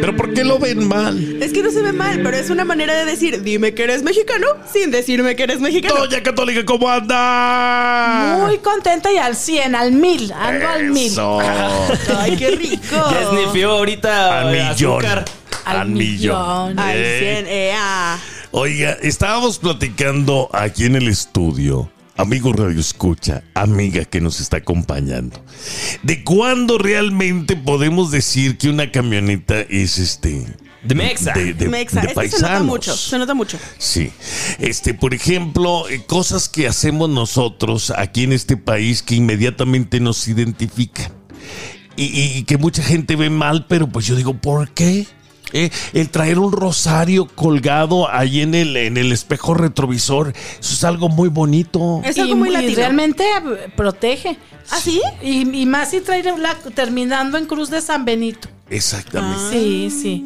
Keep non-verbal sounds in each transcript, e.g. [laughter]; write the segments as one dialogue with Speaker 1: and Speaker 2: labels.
Speaker 1: ¿Pero por qué lo ven mal?
Speaker 2: Es que no se ve mal, pero es una manera de decir, dime que eres mexicano sin decirme que eres mexicano.
Speaker 1: Doña Católica, ¿cómo anda?
Speaker 3: Muy contenta y al 100, al 1000, ando al 1000.
Speaker 1: Eso.
Speaker 2: Ay, [laughs] qué rico.
Speaker 4: Ya
Speaker 2: Oh.
Speaker 4: sniffió ahorita.
Speaker 1: [laughs] Al
Speaker 4: eh,
Speaker 1: millón.
Speaker 4: azúcar.
Speaker 3: Al
Speaker 1: Al millón.
Speaker 2: Al
Speaker 3: millón.
Speaker 2: ah.
Speaker 1: Eh.
Speaker 2: 100, ea.
Speaker 1: Oiga, estábamos platicando aquí en el estudio, amigo Radio Escucha, amiga que nos está acompañando, de cuándo realmente podemos decir que una camioneta es este.
Speaker 4: De Mexa.
Speaker 1: De, de-
Speaker 2: Mexa,
Speaker 1: de
Speaker 2: es que se nota
Speaker 1: paisanos.
Speaker 2: mucho, se nota mucho.
Speaker 1: Sí. Este, por ejemplo, eh, cosas que hacemos nosotros aquí en este país que inmediatamente nos identifican. Y, y- y que mucha gente ve mal, pero pues yo digo, ¿por qué? Eh, el traer un rosario colgado ahí en el, en el espejo retrovisor, eso es algo muy bonito.
Speaker 2: Es algo muy latino.
Speaker 3: realmente eh, protege.
Speaker 2: ¿Ah, sí?
Speaker 3: Y, y más si trae la- terminando en Cruz de San Benito.
Speaker 1: Exactamente.
Speaker 2: Ah.
Speaker 3: Ah, Sí, sí.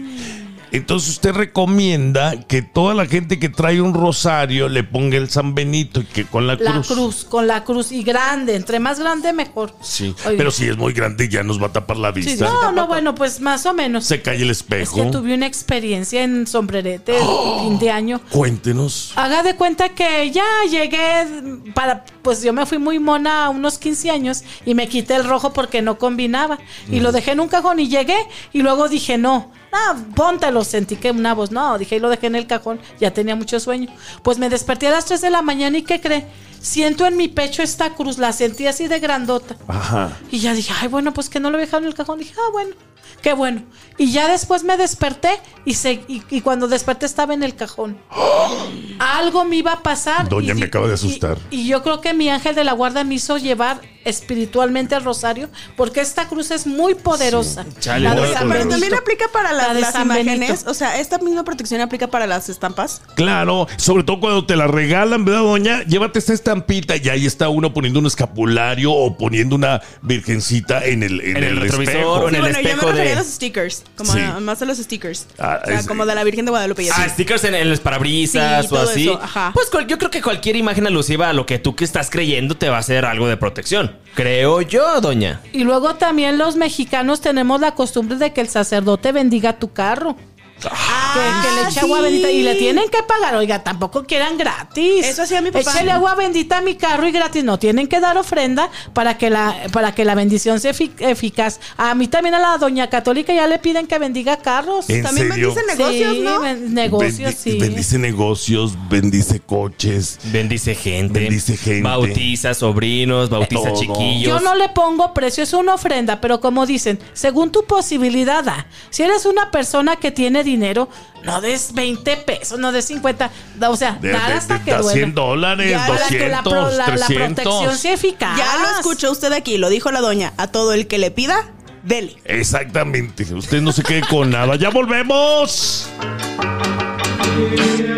Speaker 1: Entonces usted recomienda que toda la gente que trae un rosario le ponga el San Benito y que con la,
Speaker 3: La
Speaker 1: cruz.
Speaker 3: cruz. con la cruz y grande. Entre más grande, mejor.
Speaker 1: Sí.
Speaker 3: Oye.
Speaker 1: Pero si es muy grande ya nos va a tapar la vista.
Speaker 3: No, no, bueno, pues más o menos.
Speaker 1: Se cae el
Speaker 3: Es
Speaker 1: espejo.
Speaker 3: que tuve una experiencia en sombrerete
Speaker 1: ¡Oh!
Speaker 3: de fin de año.
Speaker 1: Cuéntenos.
Speaker 3: Haga de cuenta que ya llegué para, pues yo me fui muy mona a unos 15 años y me quité el rojo porque no combinaba. Y lo dejé en un cajón y llegué y luego dije, no, no, póntelo, sentí que una voz, no, dije y lo dejé en el cajón, ya tenía mucho sueño. Pues me desperté a las 3 de la mañana y ¿qué cree? Siento en mi pecho esta cruz, la sentí así de grandota.
Speaker 1: Ajá.
Speaker 3: Y ya dije, ay, bueno, pues que no lo dejaron en el cajón. Dije, ah, bueno, qué bueno. Y ya después me desperté y, se, y, y cuando desperté estaba en el cajón. Algo me iba a pasar.
Speaker 1: Doña,
Speaker 3: y-
Speaker 1: me acaba de
Speaker 3: y-
Speaker 1: asustar.
Speaker 3: Y, yo creo que mi ángel de la guarda me hizo llevar espiritualmente el rosario, porque esta cruz es muy poderosa.
Speaker 4: Chale,
Speaker 3: La de
Speaker 4: muy
Speaker 3: San
Speaker 2: Pero
Speaker 3: Benito.
Speaker 2: también aplica para las,
Speaker 3: La de
Speaker 2: las
Speaker 3: San
Speaker 2: imágenes.
Speaker 3: Benito.
Speaker 2: O sea, esta misma protección aplica para las estampas.
Speaker 1: Claro, sobre todo cuando te la regalan, ¿verdad, doña? Llévate esta estampita y ahí está uno poniendo un escapulario o poniendo una virgencita en el, en
Speaker 4: En
Speaker 1: el
Speaker 4: el retrovisor
Speaker 1: espejo.
Speaker 4: o en
Speaker 2: Sí,
Speaker 4: el
Speaker 2: bueno, yo me
Speaker 4: espejo
Speaker 2: refería
Speaker 4: de-
Speaker 2: a los stickers. Como
Speaker 1: Sí.
Speaker 2: a- más a los stickers.
Speaker 1: Ah,
Speaker 2: o sea,
Speaker 1: es-
Speaker 2: como de la Virgen de Guadalupe y así.
Speaker 4: Ah, stickers en, en los parabrisas
Speaker 2: Sí,
Speaker 4: o
Speaker 2: todo
Speaker 4: así.
Speaker 2: eso, ajá.
Speaker 4: Pues cual- yo creo que cualquier imagen alusiva a lo que tú que estás creyendo te va a hacer algo de protección. Creo yo, doña.
Speaker 3: Y luego también los mexicanos tenemos la costumbre de que el sacerdote bendiga tu carro.
Speaker 2: Ah,
Speaker 3: Que, que le eche agua
Speaker 2: sí.
Speaker 3: bendita y le tienen que pagar. Oiga, tampoco quieran gratis.
Speaker 2: Eso hacía mi papá.
Speaker 3: Échale agua bendita a mi carro y gratis. No tienen que dar ofrenda para que la, para que la bendición sea efic- eficaz. A mí también a la doña católica ya le piden que bendiga carros.
Speaker 1: ¿En
Speaker 2: También
Speaker 1: serio?
Speaker 2: bendice negocios,
Speaker 3: Sí,
Speaker 2: ¿no?
Speaker 3: ben- negocios,
Speaker 1: Bendi-
Speaker 3: sí.
Speaker 1: Bendice negocios, bendice coches.
Speaker 4: Bendice gente.
Speaker 1: Bendice gente.
Speaker 4: Bautiza sobrinos, bautiza
Speaker 1: Todo.
Speaker 4: chiquillos.
Speaker 3: Yo no le pongo precio, es una ofrenda, pero como dicen, según tu posibilidad, da. si eres una persona que tiene dinero, no des 20 pesos, no des 50, da- o sea,
Speaker 1: De,
Speaker 3: dar
Speaker 1: de-
Speaker 3: hasta
Speaker 1: de-
Speaker 3: que
Speaker 1: da 100
Speaker 3: duela.
Speaker 1: dólares,
Speaker 2: Ya, la
Speaker 3: que la
Speaker 1: 200,
Speaker 3: pro- la- la
Speaker 1: 300.
Speaker 3: protección sea eficaz.
Speaker 2: Ya lo escuchó usted aquí, lo dijo la doña. A todo el que le pida, dele.
Speaker 1: Exactamente. Usted no se quede con nada. ¡Ya volvemos!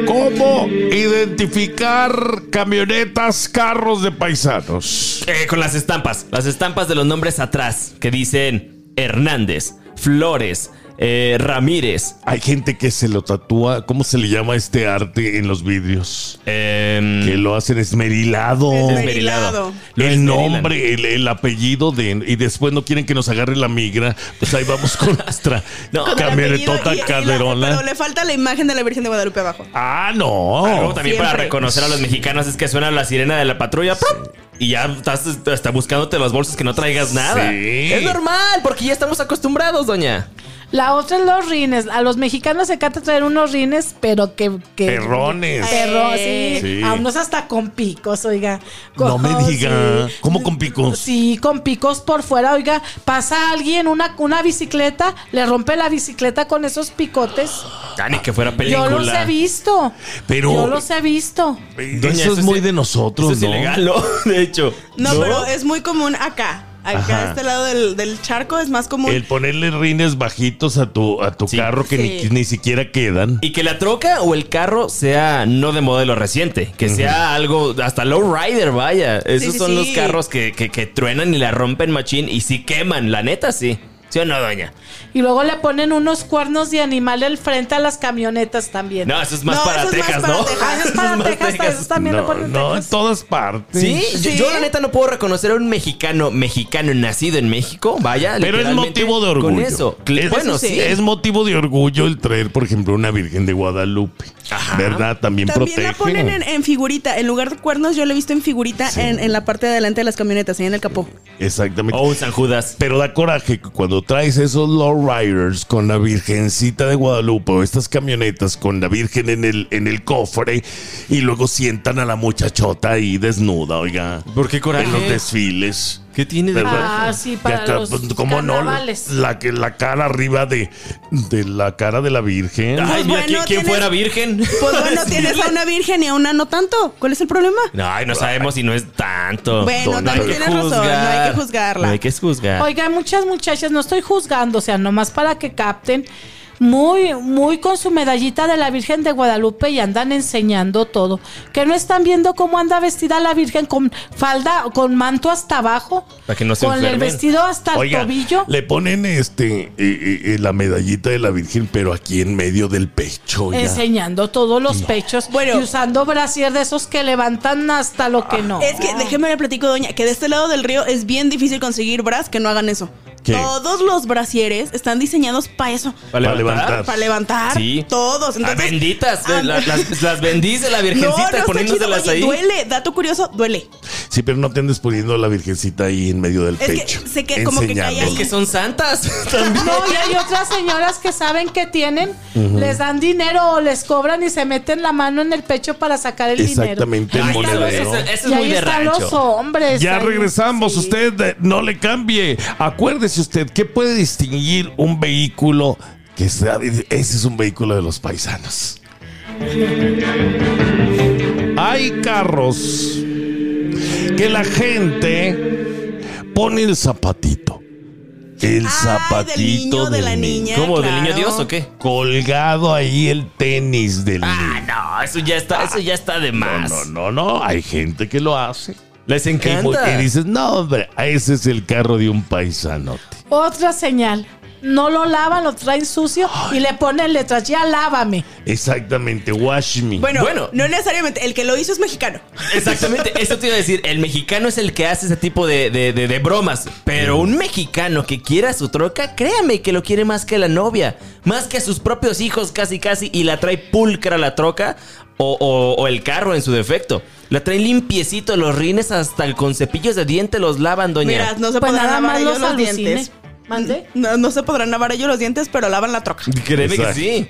Speaker 1: ¿Cómo identificar camionetas, carros de paisanos?
Speaker 4: Eh, con las estampas. Las estampas de los nombres atrás que dicen Hernández, Flores, eh, Ramírez.
Speaker 1: Hay gente que se lo tatúa. ¿Cómo se le llama este arte en los vidrios?
Speaker 4: em,
Speaker 1: Que lo hacen esmerilado.
Speaker 2: Esmerilado.
Speaker 4: Lo
Speaker 1: El
Speaker 4: esmerilan.
Speaker 1: nombre, el, el apellido de... Y después no quieren que nos agarre la migra. Pues ahí vamos
Speaker 4: [laughs]
Speaker 1: con nuestra
Speaker 4: No.
Speaker 2: Con el
Speaker 1: camionetota
Speaker 2: apellido y- y la-
Speaker 1: caderona.
Speaker 2: Pero le falta la imagen de la Virgen de Guadalupe abajo.
Speaker 1: Ah, no.
Speaker 4: Algo también para
Speaker 2: Oh, Siempre.
Speaker 4: reconocer a los mexicanos es que suena la sirena de la patrulla ¡plop! y ya estás, está buscándote los bolsos que no traigas nada.
Speaker 1: Sí.
Speaker 4: Es normal, porque ya estamos acostumbrados, doña.
Speaker 3: La otra es los rines. A los mexicanos se encanta traer unos rines, pero que... que
Speaker 1: Perrones.
Speaker 3: Perro, sí.
Speaker 2: Eh.
Speaker 1: Sí.
Speaker 3: A unos hasta con picos, oiga.
Speaker 1: No me
Speaker 3: Con-
Speaker 1: diga.
Speaker 3: sí.
Speaker 1: ¿Cómo con picos?
Speaker 3: Sí, con picos por fuera. Oiga, pasa alguien una, una bicicleta, le rompe la bicicleta con esos picotes.
Speaker 4: Ya ni que fuera película.
Speaker 3: Yo los he visto.
Speaker 1: Pero-
Speaker 3: Yo los he visto.
Speaker 4: Doña,
Speaker 1: eso, es muy de nosotros,
Speaker 4: eso
Speaker 1: ¿no?
Speaker 4: es ilegal, ¿no? [laughs] De hecho.
Speaker 2: No, pero eh, es muy común acá. Acá,
Speaker 1: Ajá.
Speaker 2: a este lado del, del charco, es más común.
Speaker 1: El ponerle rines bajitos a tu, a tu
Speaker 4: Sí.
Speaker 1: carro que ni,
Speaker 2: Sí.
Speaker 1: ni siquiera quedan.
Speaker 4: Y que la troca o el carro sea no de modelo reciente, que sea algo hasta low rider, vaya. Esos
Speaker 2: sí,
Speaker 4: son los
Speaker 2: sí.
Speaker 4: carros que, que- que truenan y la rompen machín y sí queman, la neta sí. ¿Sí o no, doña?
Speaker 3: Y luego le ponen unos cuernos de animal al frente a las camionetas también.
Speaker 4: No, eso es más
Speaker 2: Eh, No,
Speaker 4: para
Speaker 2: eso es más
Speaker 4: Texas,
Speaker 2: para
Speaker 4: ¿no?
Speaker 2: Texas.
Speaker 4: Eso
Speaker 3: Ah, eso es
Speaker 1: [laughs]
Speaker 4: es
Speaker 3: para
Speaker 4: más
Speaker 3: Texas,
Speaker 4: Texas.
Speaker 3: eso también lo
Speaker 1: No,
Speaker 3: ponen en
Speaker 1: no, en
Speaker 3: Texas.
Speaker 1: todas partes.
Speaker 4: ¿Sí? Yo,
Speaker 2: Sí.
Speaker 4: yo, la neta no puedo reconocer a un mexicano, mexicano nacido en México, vaya.
Speaker 1: Pero es
Speaker 4: literalmente,
Speaker 1: motivo de orgullo.
Speaker 4: Con eso. Cl-
Speaker 1: Es-
Speaker 4: bueno,
Speaker 1: sí.
Speaker 4: sí.
Speaker 1: Es motivo de orgullo el traer, por ejemplo, una Virgen de Guadalupe.
Speaker 4: Ajá.
Speaker 1: ¿Verdad? También,
Speaker 2: También
Speaker 1: protege.
Speaker 2: la ponen en, en figurita. En lugar de cuernos, yo la he visto en figurita en, en la parte de adelante de las camionetas, ahí en el capó.
Speaker 1: Exactamente.
Speaker 4: O un San Judas.
Speaker 1: Pero da coraje que cuando traes esos lowriders con la virgencita de Guadalupe o estas camionetas con la virgen en el, en el cofre y luego sientan a la muchachota ahí desnuda, oiga.
Speaker 4: ¿Por qué coraje?
Speaker 1: En los desfiles.
Speaker 4: ¿Qué tiene de
Speaker 1: ¿Verdad?
Speaker 3: Ah, sí, para
Speaker 1: acá,
Speaker 3: los
Speaker 1: pues, ¿cómo no?
Speaker 3: carnavales.
Speaker 1: La, que- la cara arriba de, de la cara de la virgen.
Speaker 3: Ah,
Speaker 4: Ay,
Speaker 2: Pues
Speaker 4: mira,
Speaker 2: bueno,
Speaker 4: ¿quién, quién
Speaker 2: tienes-
Speaker 4: fuera virgen?
Speaker 2: Pues
Speaker 4: [laughs]
Speaker 2: bueno, tienes a una virgen y a una no tanto. ¿Cuál es el problema?
Speaker 4: No, ay, no sabemos si no es tanto.
Speaker 2: Bueno,
Speaker 4: No hay
Speaker 2: también
Speaker 4: que
Speaker 2: tienes razón, no hay que juzgarla.
Speaker 4: No hay que juzgar.
Speaker 3: Oiga, muchas muchachas, no estoy juzgando, o sea, nomás para que capten, muy, muy con su medallita de la Virgen de Guadalupe y andan enseñando todo. Que no están viendo cómo anda vestida la Virgen con falda, con manto hasta abajo.
Speaker 4: Para que no se
Speaker 3: Con el
Speaker 4: enfermen.
Speaker 3: vestido hasta
Speaker 1: Oiga,
Speaker 3: el tobillo.
Speaker 1: le ponen este eh, eh, eh, la medallita de la virgen, pero aquí en medio del pecho. oiga.
Speaker 3: Enseñando todos los pechos
Speaker 2: Bueno. Ah,
Speaker 3: y usando brasier de esos que levantan hasta lo que no.
Speaker 2: Es que déjeme le platico, doña, que de este lado del río es bien difícil conseguir bras que no hagan eso.
Speaker 1: ¿Qué?
Speaker 2: Todos los brasieres están diseñados para eso.
Speaker 1: Para levantar.
Speaker 2: Para levantar.
Speaker 4: Sí.
Speaker 2: Todos.
Speaker 4: Ah,
Speaker 2: Entonces,
Speaker 4: benditas.
Speaker 2: Ah,
Speaker 4: la-
Speaker 2: [laughs]
Speaker 4: las, las bendice
Speaker 2: no,
Speaker 4: la
Speaker 2: no
Speaker 4: virgencita
Speaker 2: está
Speaker 4: poniéndoselas
Speaker 2: chido. Oye,
Speaker 4: ahí.
Speaker 2: Duele, dato curioso, duele.
Speaker 1: Sí, pero no te andes poniendo la virgencita ahí en medio del
Speaker 2: Es que
Speaker 1: pecho.
Speaker 2: se que- como que cae
Speaker 1: enseñándola.
Speaker 4: Es que son santas. También.
Speaker 3: No, y hay otras señoras que saben que tienen, les dan dinero o les cobran y se meten la mano en el pecho para sacar el dinero.
Speaker 1: Exactamente,
Speaker 4: Ay,
Speaker 1: el monedero.
Speaker 4: eso- eso
Speaker 3: y
Speaker 4: es
Speaker 3: ahí
Speaker 4: muy de
Speaker 3: están
Speaker 4: rancho.
Speaker 3: los hombres.
Speaker 1: Ya
Speaker 3: ahí,
Speaker 1: regresamos,
Speaker 3: sí.
Speaker 1: usted eh, no le cambie. Acuérdese usted, ¿qué puede distinguir un vehículo que sea, ese es un vehículo de los paisanos? Hay carros que la gente pone el zapatito. El
Speaker 2: Ay,
Speaker 1: zapatito
Speaker 2: del niño, de la
Speaker 1: del niño.
Speaker 2: niña.
Speaker 4: ¿Cómo? ¿Del
Speaker 2: claro.
Speaker 4: niño Dios o qué?
Speaker 1: Colgado ahí el tenis del
Speaker 4: Ah,
Speaker 1: niño.
Speaker 4: no, eso ya está, eso ya está de
Speaker 1: No,
Speaker 4: más.
Speaker 1: no, no, no, hay gente que lo hace.
Speaker 4: Les
Speaker 1: Y mu-
Speaker 4: encanta.
Speaker 1: Y dices, no, hombre, ese es el carro de un paisanote.
Speaker 3: Otra señal. No lo lavan, lo traen sucio y le ponen letras. Ya lávame.
Speaker 1: Exactamente, wash me.
Speaker 2: Bueno,
Speaker 4: Bueno.
Speaker 2: no necesariamente. El que lo hizo es mexicano.
Speaker 4: Exactamente, eso te iba a decir. El mexicano es el que hace ese tipo de, de- de- de bromas. Pero un mexicano que quiera su troca, créame que lo quiere más que la novia, más que a sus propios hijos, casi casi, y la trae pulcra la troca o, o- o el carro en su defecto. La trae limpiecito, los rines hasta con cepillos de diente los lavan, doña.
Speaker 2: Mira, no se
Speaker 3: Pues
Speaker 2: podrán lavar
Speaker 3: nada más
Speaker 2: ellos
Speaker 3: los
Speaker 2: los
Speaker 3: alucine.
Speaker 2: dientes.
Speaker 3: ¿Mande?
Speaker 2: No, no se podrán lavar ellos los dientes, pero lavan la troca.
Speaker 4: Créeme que
Speaker 1: Exacto.
Speaker 4: sí.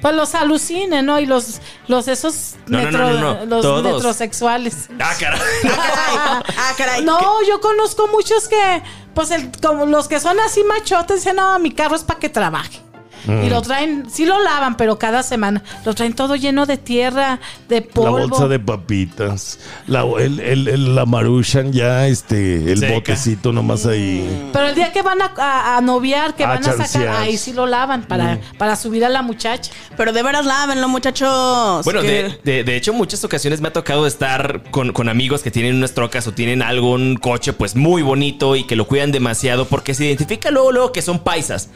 Speaker 3: Pues los alucinen, ¿no? Y los, los esos
Speaker 4: No, no, no,
Speaker 3: metro-
Speaker 4: no, no.
Speaker 3: los
Speaker 4: Todos. [laughs]
Speaker 3: metrosexuales.
Speaker 4: Ah, caray.
Speaker 2: Ah, caray. Ah, caray.
Speaker 3: No, yo conozco muchos que, pues el- como los que son así machotes, dicen, no, mi carro es para que trabaje.
Speaker 1: Mm.
Speaker 3: Y lo traen, sí lo lavan, pero cada semana. Lo traen todo lleno de tierra, de
Speaker 1: la
Speaker 3: polvo.
Speaker 1: bolsa de papitas, la, el, el- el- la maruchan ya, este, el
Speaker 4: Seca.
Speaker 1: botecito nomás ahí.
Speaker 3: Pero el día que van a, a- a noviar, que
Speaker 1: A
Speaker 3: van a sacar,
Speaker 1: chancear.
Speaker 3: ahí sí lo lavan para,
Speaker 1: Mm.
Speaker 3: para subir a la muchacha.
Speaker 2: Pero de veras lávenlo, muchachos.
Speaker 4: Bueno,
Speaker 2: Que-
Speaker 4: de, de- de hecho, muchas ocasiones me ha tocado estar con, con amigos que tienen unas trocas o tienen algún coche, pues muy bonito y que lo cuidan demasiado porque se identifica luego, luego que son paisas.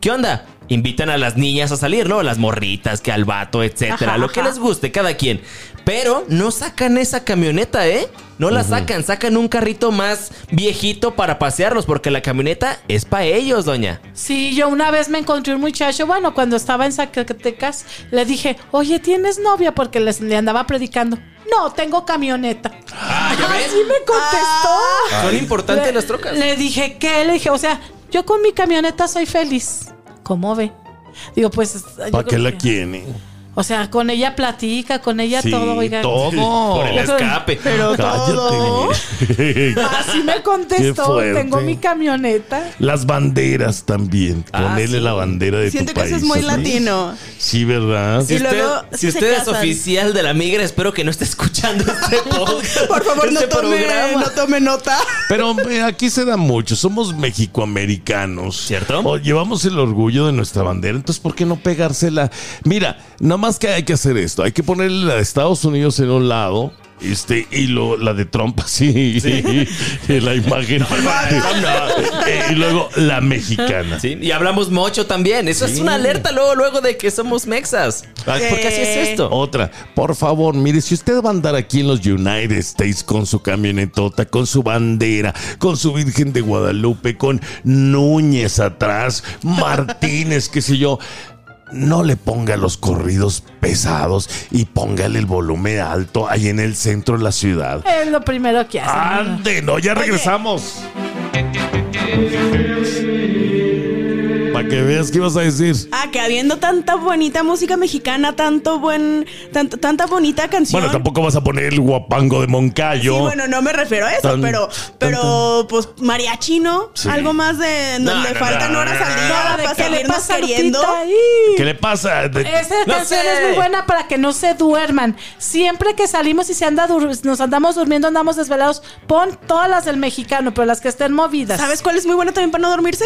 Speaker 4: ¿Qué onda? Invitan a las niñas a salir, ¿no? A las morritas, que al vato, etcétera.
Speaker 3: Ajá,
Speaker 4: lo que
Speaker 3: ajá.
Speaker 4: les guste, cada quien. Pero no sacan esa camioneta, ¿eh? No la sacan, sacan un carrito más viejito para pasearlos porque la camioneta es para ellos, doña.
Speaker 3: Sí, yo una vez me encontré un muchacho, bueno, cuando estaba en Zacatecas, le dije, oye, ¿tienes novia? Porque les, le andaba predicando. No, tengo camioneta.
Speaker 4: Ah, ¿ya ves?
Speaker 3: Así me contestó.
Speaker 1: Ah.
Speaker 4: Son importantes
Speaker 3: Le-
Speaker 4: las trocas.
Speaker 3: Le dije, ¿qué? Le dije, o sea, yo con mi camioneta soy feliz. ¿Cómo ve? Digo, pues. yo
Speaker 1: ¿Para
Speaker 3: creo
Speaker 1: qué la
Speaker 3: que-
Speaker 1: quiere?
Speaker 3: O sea, con ella platica, con ella
Speaker 1: Sí,
Speaker 3: todo, oiga.
Speaker 1: todo.
Speaker 4: Por el
Speaker 3: Yo creo-
Speaker 4: escape.
Speaker 2: Pero
Speaker 1: Cállate.
Speaker 2: todo.
Speaker 3: Así
Speaker 1: [laughs]
Speaker 3: me
Speaker 1: Qué
Speaker 3: contestó,
Speaker 1: fuerte.
Speaker 3: tengo mi camioneta.
Speaker 1: [laughs] Las banderas también.
Speaker 4: Ah,
Speaker 1: Ponerle
Speaker 4: sí.
Speaker 1: la bandera de
Speaker 2: Siento
Speaker 1: tu
Speaker 2: que
Speaker 1: país.
Speaker 2: eso es muy
Speaker 1: ¿sabes?
Speaker 2: latino.
Speaker 1: Sí, ¿verdad?
Speaker 2: Sí.
Speaker 4: Si
Speaker 2: Y
Speaker 4: usted,
Speaker 2: luego,
Speaker 4: si
Speaker 2: sí se
Speaker 4: usted es
Speaker 2: casan.
Speaker 4: oficial de la migra, espero que no esté escuchando este podcast.
Speaker 2: Por
Speaker 4: [laughs]
Speaker 2: favor, no
Speaker 4: este
Speaker 2: tome,
Speaker 4: programa.
Speaker 2: no tome nota.
Speaker 1: Pero eh, aquí se da mucho. Somos mexicoamericanos.
Speaker 4: ¿Cierto?
Speaker 1: O llevamos el orgullo de nuestra bandera. Entonces, ¿por qué no pegársela? Mira, nada más que hay que hacer esto. Hay que ponerle la de Estados Unidos en un lado. Este, y lo, la de Trump, [laughs] sí. la imagen. [laughs] Eh, y luego la mexicana.
Speaker 4: Sí, y hablamos mocho también. Eso es una alerta luego, luego de que somos mexas. Porque así es esto.
Speaker 1: Otra, por favor, mire, si usted va a andar aquí en los United States con su camionetota, con su bandera, con su Virgen de Guadalupe, con Núñez
Speaker 2: [laughs]
Speaker 1: atrás, Martínez, qué sé yo. No le ponga los corridos pesados y póngale el volumen alto ahí en el centro de la ciudad.
Speaker 3: Es lo primero que hacen.
Speaker 4: Ah.
Speaker 1: Ande, no, ya regresamos. Para que veas qué ibas a decir.
Speaker 2: Ah, que habiendo tanta bonita música mexicana, tanto buen, tanto, tanta bonita canción.
Speaker 1: Bueno, tampoco vas a poner el guapango de Moncayo.
Speaker 2: Sí, bueno, no me refiero a eso,
Speaker 1: Tan-
Speaker 2: pero, pero, pues, mariachi, ¿no?
Speaker 1: Sí.
Speaker 2: Algo más de, nos
Speaker 1: No,
Speaker 2: le
Speaker 1: no,
Speaker 2: faltan
Speaker 1: no,
Speaker 2: horas
Speaker 1: no,
Speaker 2: al
Speaker 1: no,
Speaker 2: día
Speaker 1: no,
Speaker 2: para
Speaker 3: ¿Qué le
Speaker 2: salirnos
Speaker 3: pasa a
Speaker 2: queriendo.
Speaker 3: Lupita ahí?
Speaker 1: ¿Qué le pasa? De-
Speaker 3: Esa
Speaker 4: No
Speaker 3: canción
Speaker 4: sé.
Speaker 3: es muy buena para que no se duerman. Siempre que salimos y se anda dur- nos andamos durmiendo, andamos desvelados, pon todas las del mexicano, pero las que estén movidas.
Speaker 2: ¿Sabes cuál es muy buena también para no dormirse?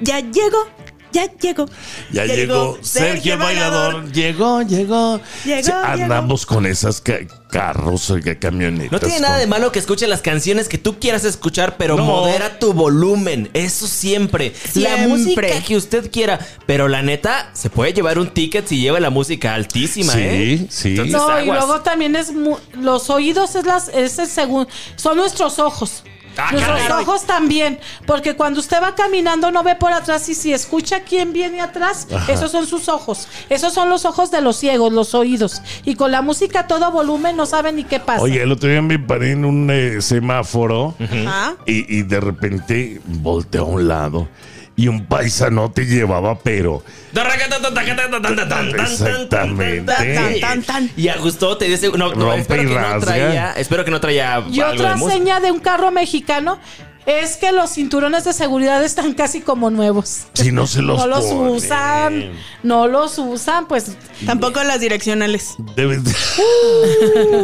Speaker 2: Ya llego, ya llego.
Speaker 1: Ya llegó Sergio el Bailador. Llegó, llegó.
Speaker 2: Llegó,
Speaker 1: Sí,
Speaker 2: llegó.
Speaker 1: andamos con esas ca- carros, oiga, camionetas.
Speaker 4: No tiene nada de malo que escuches las canciones que tú quieras escuchar, pero
Speaker 1: No.
Speaker 4: modera tu volumen. Eso siempre. La
Speaker 2: Siempre.
Speaker 4: música que usted quiera. Pero la neta, se puede llevar un ticket si lleva la música altísima,
Speaker 1: Sí,
Speaker 4: ¿eh?
Speaker 1: sí.
Speaker 4: Entonces,
Speaker 3: No, y
Speaker 4: aguas.
Speaker 3: luego también es mu- los oídos es las es el segun- son nuestros ojos.
Speaker 1: Ah,
Speaker 3: Nuestros
Speaker 1: caray.
Speaker 3: ojos también, porque cuando usted va caminando no ve por atrás y si escucha quién viene atrás, esos son sus ojos. Esos son los ojos de los ciegos, los oídos. Y con la música a todo volumen no saben ni qué pasa.
Speaker 1: Oye, el otro día me paré en un eh, semáforo
Speaker 2: Ajá.
Speaker 1: y, y de repente volteé a un lado y un paisano te llevaba, pero.
Speaker 2: Tan,
Speaker 1: Exactamente.
Speaker 2: tan, tan.
Speaker 4: Y a gusto te dice, no, no,
Speaker 1: Rompe
Speaker 4: espero
Speaker 1: y
Speaker 4: que no
Speaker 1: rasga.
Speaker 4: traía, espero que no traía
Speaker 3: Y
Speaker 4: algo de
Speaker 3: otra
Speaker 4: música.
Speaker 3: seña de un carro mexicano es que los cinturones de seguridad están casi como nuevos.
Speaker 1: Si no se los
Speaker 3: [laughs] no los
Speaker 1: ponen.
Speaker 3: usan, no los usan, pues
Speaker 2: Tampoco las direccionales.
Speaker 1: Debes de-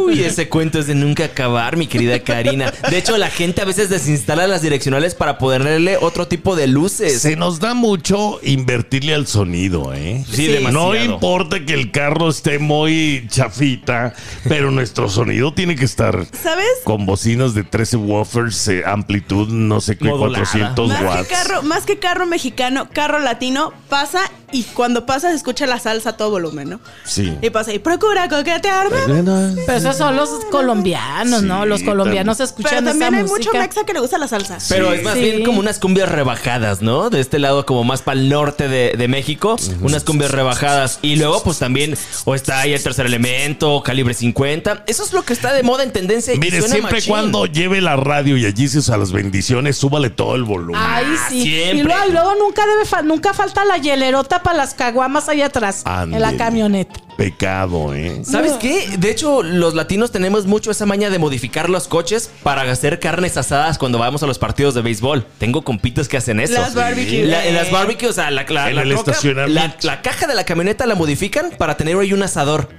Speaker 4: Uy, ese cuento es de nunca acabar, mi querida Karina. De hecho, la gente a veces desinstala las direccionales para ponerle otro tipo de luces.
Speaker 1: Se nos da mucho invertirle al sonido, ¿eh?
Speaker 4: Sí, demasiado.
Speaker 1: No importa que el carro esté muy chafita, pero nuestro sonido tiene que estar
Speaker 2: ¿Sabes?
Speaker 1: con bocinas de 13 woofers, eh, amplitud, no sé qué,
Speaker 4: Modulada.
Speaker 1: 400
Speaker 2: Más
Speaker 1: watts.
Speaker 2: que, carro, más que carro mexicano, carro latino pasa y cuando pasa se escucha la salsa a todo volumen, ¿no?
Speaker 1: Sí.
Speaker 2: Y pasa y procura coquetearme.
Speaker 3: Pero esos son los colombianos,
Speaker 1: Sí,
Speaker 3: ¿no? Los colombianos
Speaker 2: Pero
Speaker 3: escuchan esa
Speaker 2: también hay mucho
Speaker 3: música.
Speaker 2: mexa que le gusta la salsa.
Speaker 4: Pero es más
Speaker 3: Sí.
Speaker 4: bien como unas cumbias rebajadas, ¿no? De este lado, como más para el norte de, de México, unas cumbias rebajadas. Y luego, pues también, o está ahí el tercer elemento, calibre 50. Eso es lo que está de moda en tendencia. y
Speaker 1: Mire,
Speaker 4: suena
Speaker 1: siempre y
Speaker 4: machín.
Speaker 1: cuando lleve la radio y allí se a las bendiciones, súbale todo el volumen.
Speaker 2: Ah.
Speaker 3: Ay, sí.
Speaker 4: siempre.
Speaker 3: Y luego, y luego nunca debe fa- nunca falta la hielerota para las caguamas allá atrás, en
Speaker 1: Ándele.
Speaker 3: la camioneta.
Speaker 1: Pecado, ¿eh?
Speaker 4: ¿Sabes qué? De hecho, los latinos tenemos mucho esa maña de modificar los coches para hacer carnes asadas cuando vamos a los partidos de béisbol. Tengo compitas que hacen eso.
Speaker 2: Las barbecue.
Speaker 4: La- en las barbecue, o sea, la, la-
Speaker 1: En
Speaker 4: la
Speaker 1: el
Speaker 4: troca, la,
Speaker 1: estacionamiento.
Speaker 4: la caja de la camioneta la modifican para tener ahí un asador.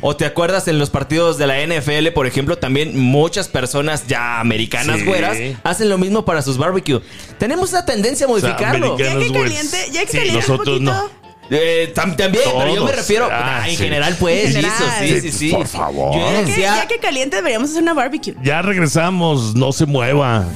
Speaker 4: O te acuerdas en los partidos de la NFL, por ejemplo, también muchas personas ya americanas
Speaker 1: Sí.
Speaker 4: güeras hacen lo mismo para sus barbecue. Tenemos esa tendencia
Speaker 1: sea,
Speaker 4: a modificarlo.
Speaker 1: americano.
Speaker 2: ya que
Speaker 1: Ganas, güey.
Speaker 2: caliente, ya que
Speaker 1: Sí,
Speaker 2: caliente un
Speaker 1: nosotros
Speaker 2: poquito.
Speaker 1: no.
Speaker 4: Eh, tam- también, pero yo me
Speaker 1: Todos.
Speaker 4: refiero
Speaker 1: Ah,
Speaker 4: ah, en
Speaker 1: sí.
Speaker 4: general, pues.
Speaker 2: En general.
Speaker 4: eso, sí, sí, sí.
Speaker 1: Por favor.
Speaker 4: Yo
Speaker 2: Ya que-
Speaker 4: decía-
Speaker 2: ya que caliente deberíamos hacer una barbecue.
Speaker 1: Ya regresamos, no se mueva.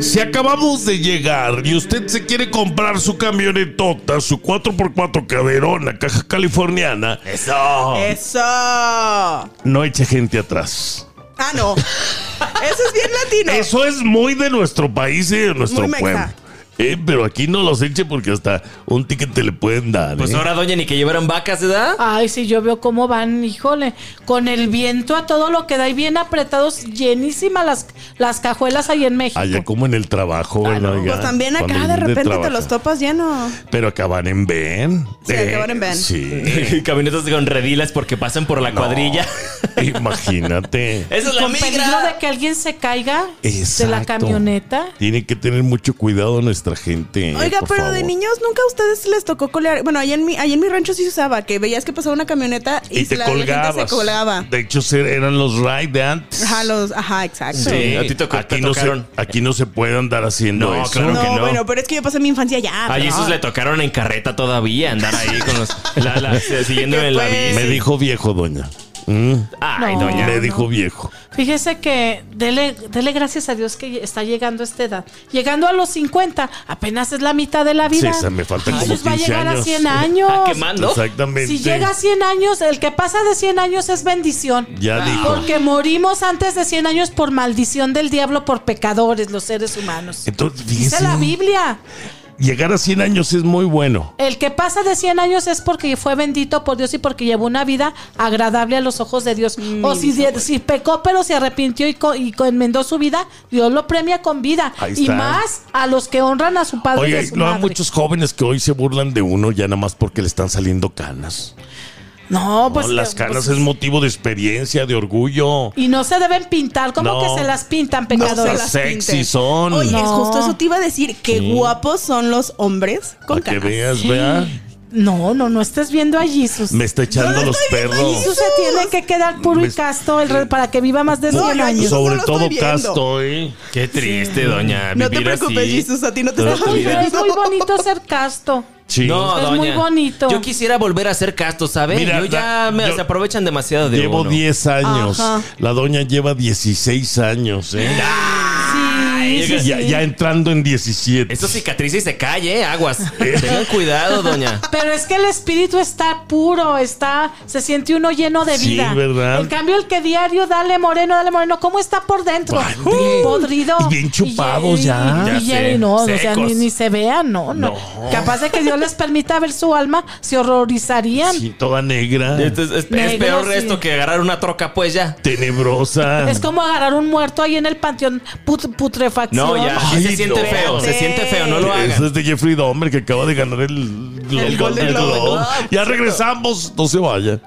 Speaker 1: Si acabamos de llegar y usted se quiere comprar su camionetota, su 4x4 caderona, caja californiana, eh,
Speaker 4: Eso.
Speaker 2: Eso. Ah,
Speaker 1: no eche gente atrás. [laughs]
Speaker 2: no. Eso es bien latino.
Speaker 1: Eso es muy de nuestro país y de nuestro
Speaker 2: Muy mexa.
Speaker 1: pueblo. Eh, pero aquí no los eche porque hasta un ticket te le pueden dar.
Speaker 4: Pues
Speaker 1: ¿eh?
Speaker 4: ahora, doña, ni que llevaron vacas, ¿verdad?
Speaker 3: Ay, sí, yo veo cómo van, híjole, con el viento a todo lo que da y bien apretados, llenísimas las, las cajuelas ahí en México.
Speaker 4: pues.
Speaker 1: Allá como en el trabajo, ¿verdad? Oiga,
Speaker 2: Pues también acá
Speaker 1: cuando
Speaker 2: de
Speaker 1: vienen
Speaker 2: repente te
Speaker 1: trabajar.
Speaker 2: los topas lleno.
Speaker 1: Pero acaban en Ben.
Speaker 2: Sí, acaban en Ben.
Speaker 1: Sí.
Speaker 4: [laughs] Camionetas con redilas porque pasan por
Speaker 1: [laughs]
Speaker 4: la cuadrilla.
Speaker 1: Imagínate.
Speaker 4: Esa es la
Speaker 3: Con peligro
Speaker 4: migra.
Speaker 3: de que alguien se caiga de la
Speaker 1: Exacto.
Speaker 3: camioneta.
Speaker 1: Tiene que tener mucho cuidado nuestra nuestra gente. eh,
Speaker 2: Oiga,
Speaker 1: por
Speaker 2: pero de
Speaker 1: favor.
Speaker 2: niños nunca a ustedes les tocó colear. Bueno, ahí en mi, ahí en mi rancho sí se usaba, que veías que pasaba una camioneta y,
Speaker 1: Y te
Speaker 2: la, la
Speaker 1: colgabas.
Speaker 2: gente se colgaba.
Speaker 1: De hecho, ser- eran los ride de antes.
Speaker 2: Ajá, los- ajá, exacto.
Speaker 4: Sí, a ti tocó-
Speaker 1: aquí,
Speaker 4: te
Speaker 1: no se,
Speaker 4: tocaron.
Speaker 1: aquí no se puede andar haciendo
Speaker 4: No,
Speaker 1: eso.
Speaker 4: claro.
Speaker 2: no,
Speaker 4: que no.
Speaker 2: bueno, pero es que yo pasé mi infancia
Speaker 1: Ah,
Speaker 2: ya.
Speaker 4: A
Speaker 2: pero
Speaker 4: Jesús
Speaker 2: no.
Speaker 4: le tocaron en carreta todavía, andar ahí con los.
Speaker 1: [laughs]
Speaker 4: la- la- siguiendo en la
Speaker 2: pues,
Speaker 4: bici.
Speaker 1: Me dijo viejo, doña. Mm,
Speaker 4: Ay,
Speaker 3: No.
Speaker 4: doña.
Speaker 1: me dijo viejo.
Speaker 3: Fíjese que dele, dele gracias a Dios que está llegando a esta edad. Llegando a los 50, apenas es la mitad de la
Speaker 1: Sí,
Speaker 3: vida.
Speaker 1: esa me faltan como
Speaker 3: Jesús va a
Speaker 1: 15
Speaker 3: llegar
Speaker 1: años. [laughs]
Speaker 3: a 100 años.
Speaker 4: Ah, quemando.
Speaker 1: Exactamente.
Speaker 3: Si llega a 100 años, el que pasa de 100 años es bendición. Ah.
Speaker 1: Ya dijo.
Speaker 3: Porque morimos antes de 100 años por maldición del diablo, por pecadores, los seres humanos.
Speaker 1: Entonces,
Speaker 3: Dice
Speaker 1: fíjese,
Speaker 3: la Biblia.
Speaker 1: llegar a 100 años es muy bueno.
Speaker 3: El que pasa de 100 años es porque fue bendito por Dios y porque llevó una vida agradable a los ojos de Dios.
Speaker 1: Mm,
Speaker 3: o si, si pecó pero se arrepintió y, co- y co- enmendó su vida, Dios lo premia con vida.
Speaker 1: Ahí
Speaker 3: Y
Speaker 1: está.
Speaker 3: más a los que honran a su padre y
Speaker 1: Oye,
Speaker 3: a su
Speaker 1: no hay
Speaker 3: madre.
Speaker 1: muchos jóvenes que hoy se burlan de uno ya nada más porque le están saliendo canas.
Speaker 3: No,
Speaker 1: No,
Speaker 3: pues...
Speaker 1: las
Speaker 3: eh,
Speaker 1: canas
Speaker 3: pues,
Speaker 1: es motivo de experiencia, de orgullo.
Speaker 3: Y no se deben pintar, como
Speaker 1: No.
Speaker 3: que se las pintan
Speaker 2: No
Speaker 1: Las
Speaker 2: se
Speaker 3: pecadores.
Speaker 2: las
Speaker 1: sexy
Speaker 2: pinten.
Speaker 1: son.
Speaker 2: Oye,
Speaker 3: No.
Speaker 2: justo eso te iba a decir, que guapos son los hombres con
Speaker 1: Para que
Speaker 2: canas.
Speaker 1: veas, vea.
Speaker 3: No, no, no estés viendo a Jesús.
Speaker 1: Me está echando los perros.
Speaker 3: Jesús se tiene que quedar puro y
Speaker 1: Me-
Speaker 3: casto el re- para que viva más de
Speaker 2: No,
Speaker 3: 100
Speaker 2: yo-
Speaker 3: años.
Speaker 2: Jesús, no
Speaker 1: Sobre
Speaker 2: lo
Speaker 1: todo
Speaker 2: estoy viendo.
Speaker 1: Casto, ¿eh?
Speaker 4: Qué triste, doña.
Speaker 2: No te
Speaker 4: vivir
Speaker 2: preocupes,
Speaker 4: así.
Speaker 2: Jesús, a ti no te
Speaker 4: Toda
Speaker 2: estás
Speaker 4: tu vida.
Speaker 3: Es muy bonito ser casto.
Speaker 1: Sí.
Speaker 4: No,
Speaker 3: Es
Speaker 4: doña.
Speaker 3: muy bonito.
Speaker 4: Yo quisiera volver a ser casto, ¿sabes?
Speaker 1: Mira,
Speaker 4: yo ya
Speaker 1: la-
Speaker 4: me
Speaker 1: yo-
Speaker 4: se aprovechan demasiado de
Speaker 1: Llevo
Speaker 4: uno.
Speaker 1: 10 años.
Speaker 2: Ajá.
Speaker 1: La doña lleva 16 años, ¿eh?
Speaker 3: Sí, sí,
Speaker 1: ya,
Speaker 3: sí.
Speaker 1: ya entrando en 17.
Speaker 4: Esas cicatrices se calle, ¿eh? aguas.
Speaker 1: [laughs]
Speaker 4: Tengan cuidado, doña.
Speaker 3: Pero es que el espíritu está puro, está, se siente uno lleno de
Speaker 1: Sí,
Speaker 3: vida.
Speaker 1: ¿verdad?
Speaker 3: En cambio, el que diario dale moreno, dale moreno, ¿cómo está por dentro?
Speaker 1: Ay,
Speaker 3: Uh, podrido.
Speaker 1: y bien chupados
Speaker 3: Y-
Speaker 1: ya.
Speaker 3: Y, y-
Speaker 4: Ya sé,
Speaker 3: y no, o sea,
Speaker 4: secos.
Speaker 3: ni, ni se vean, no, no,
Speaker 1: No.
Speaker 3: Capaz de que Dios les permita ver su alma, se horrorizarían.
Speaker 1: Sí, toda negra.
Speaker 4: Entonces, es, es
Speaker 3: Negro,
Speaker 4: peor
Speaker 3: sí.
Speaker 4: esto que agarrar una troca, pues ya.
Speaker 1: Tenebrosa.
Speaker 3: Es como agarrar un muerto ahí en el panteón put- putrefacción.
Speaker 4: No, ya. sí
Speaker 1: Ay,
Speaker 4: se siente
Speaker 1: no.
Speaker 4: feo, se siente feo, no lo
Speaker 1: Eso
Speaker 4: hagan.
Speaker 1: es de Jeffrey Dahmer que acaba de ganar el, Golden
Speaker 4: Golden
Speaker 2: Ah,
Speaker 1: Globe.
Speaker 4: Globe.
Speaker 1: Ya regresamos, no se vaya.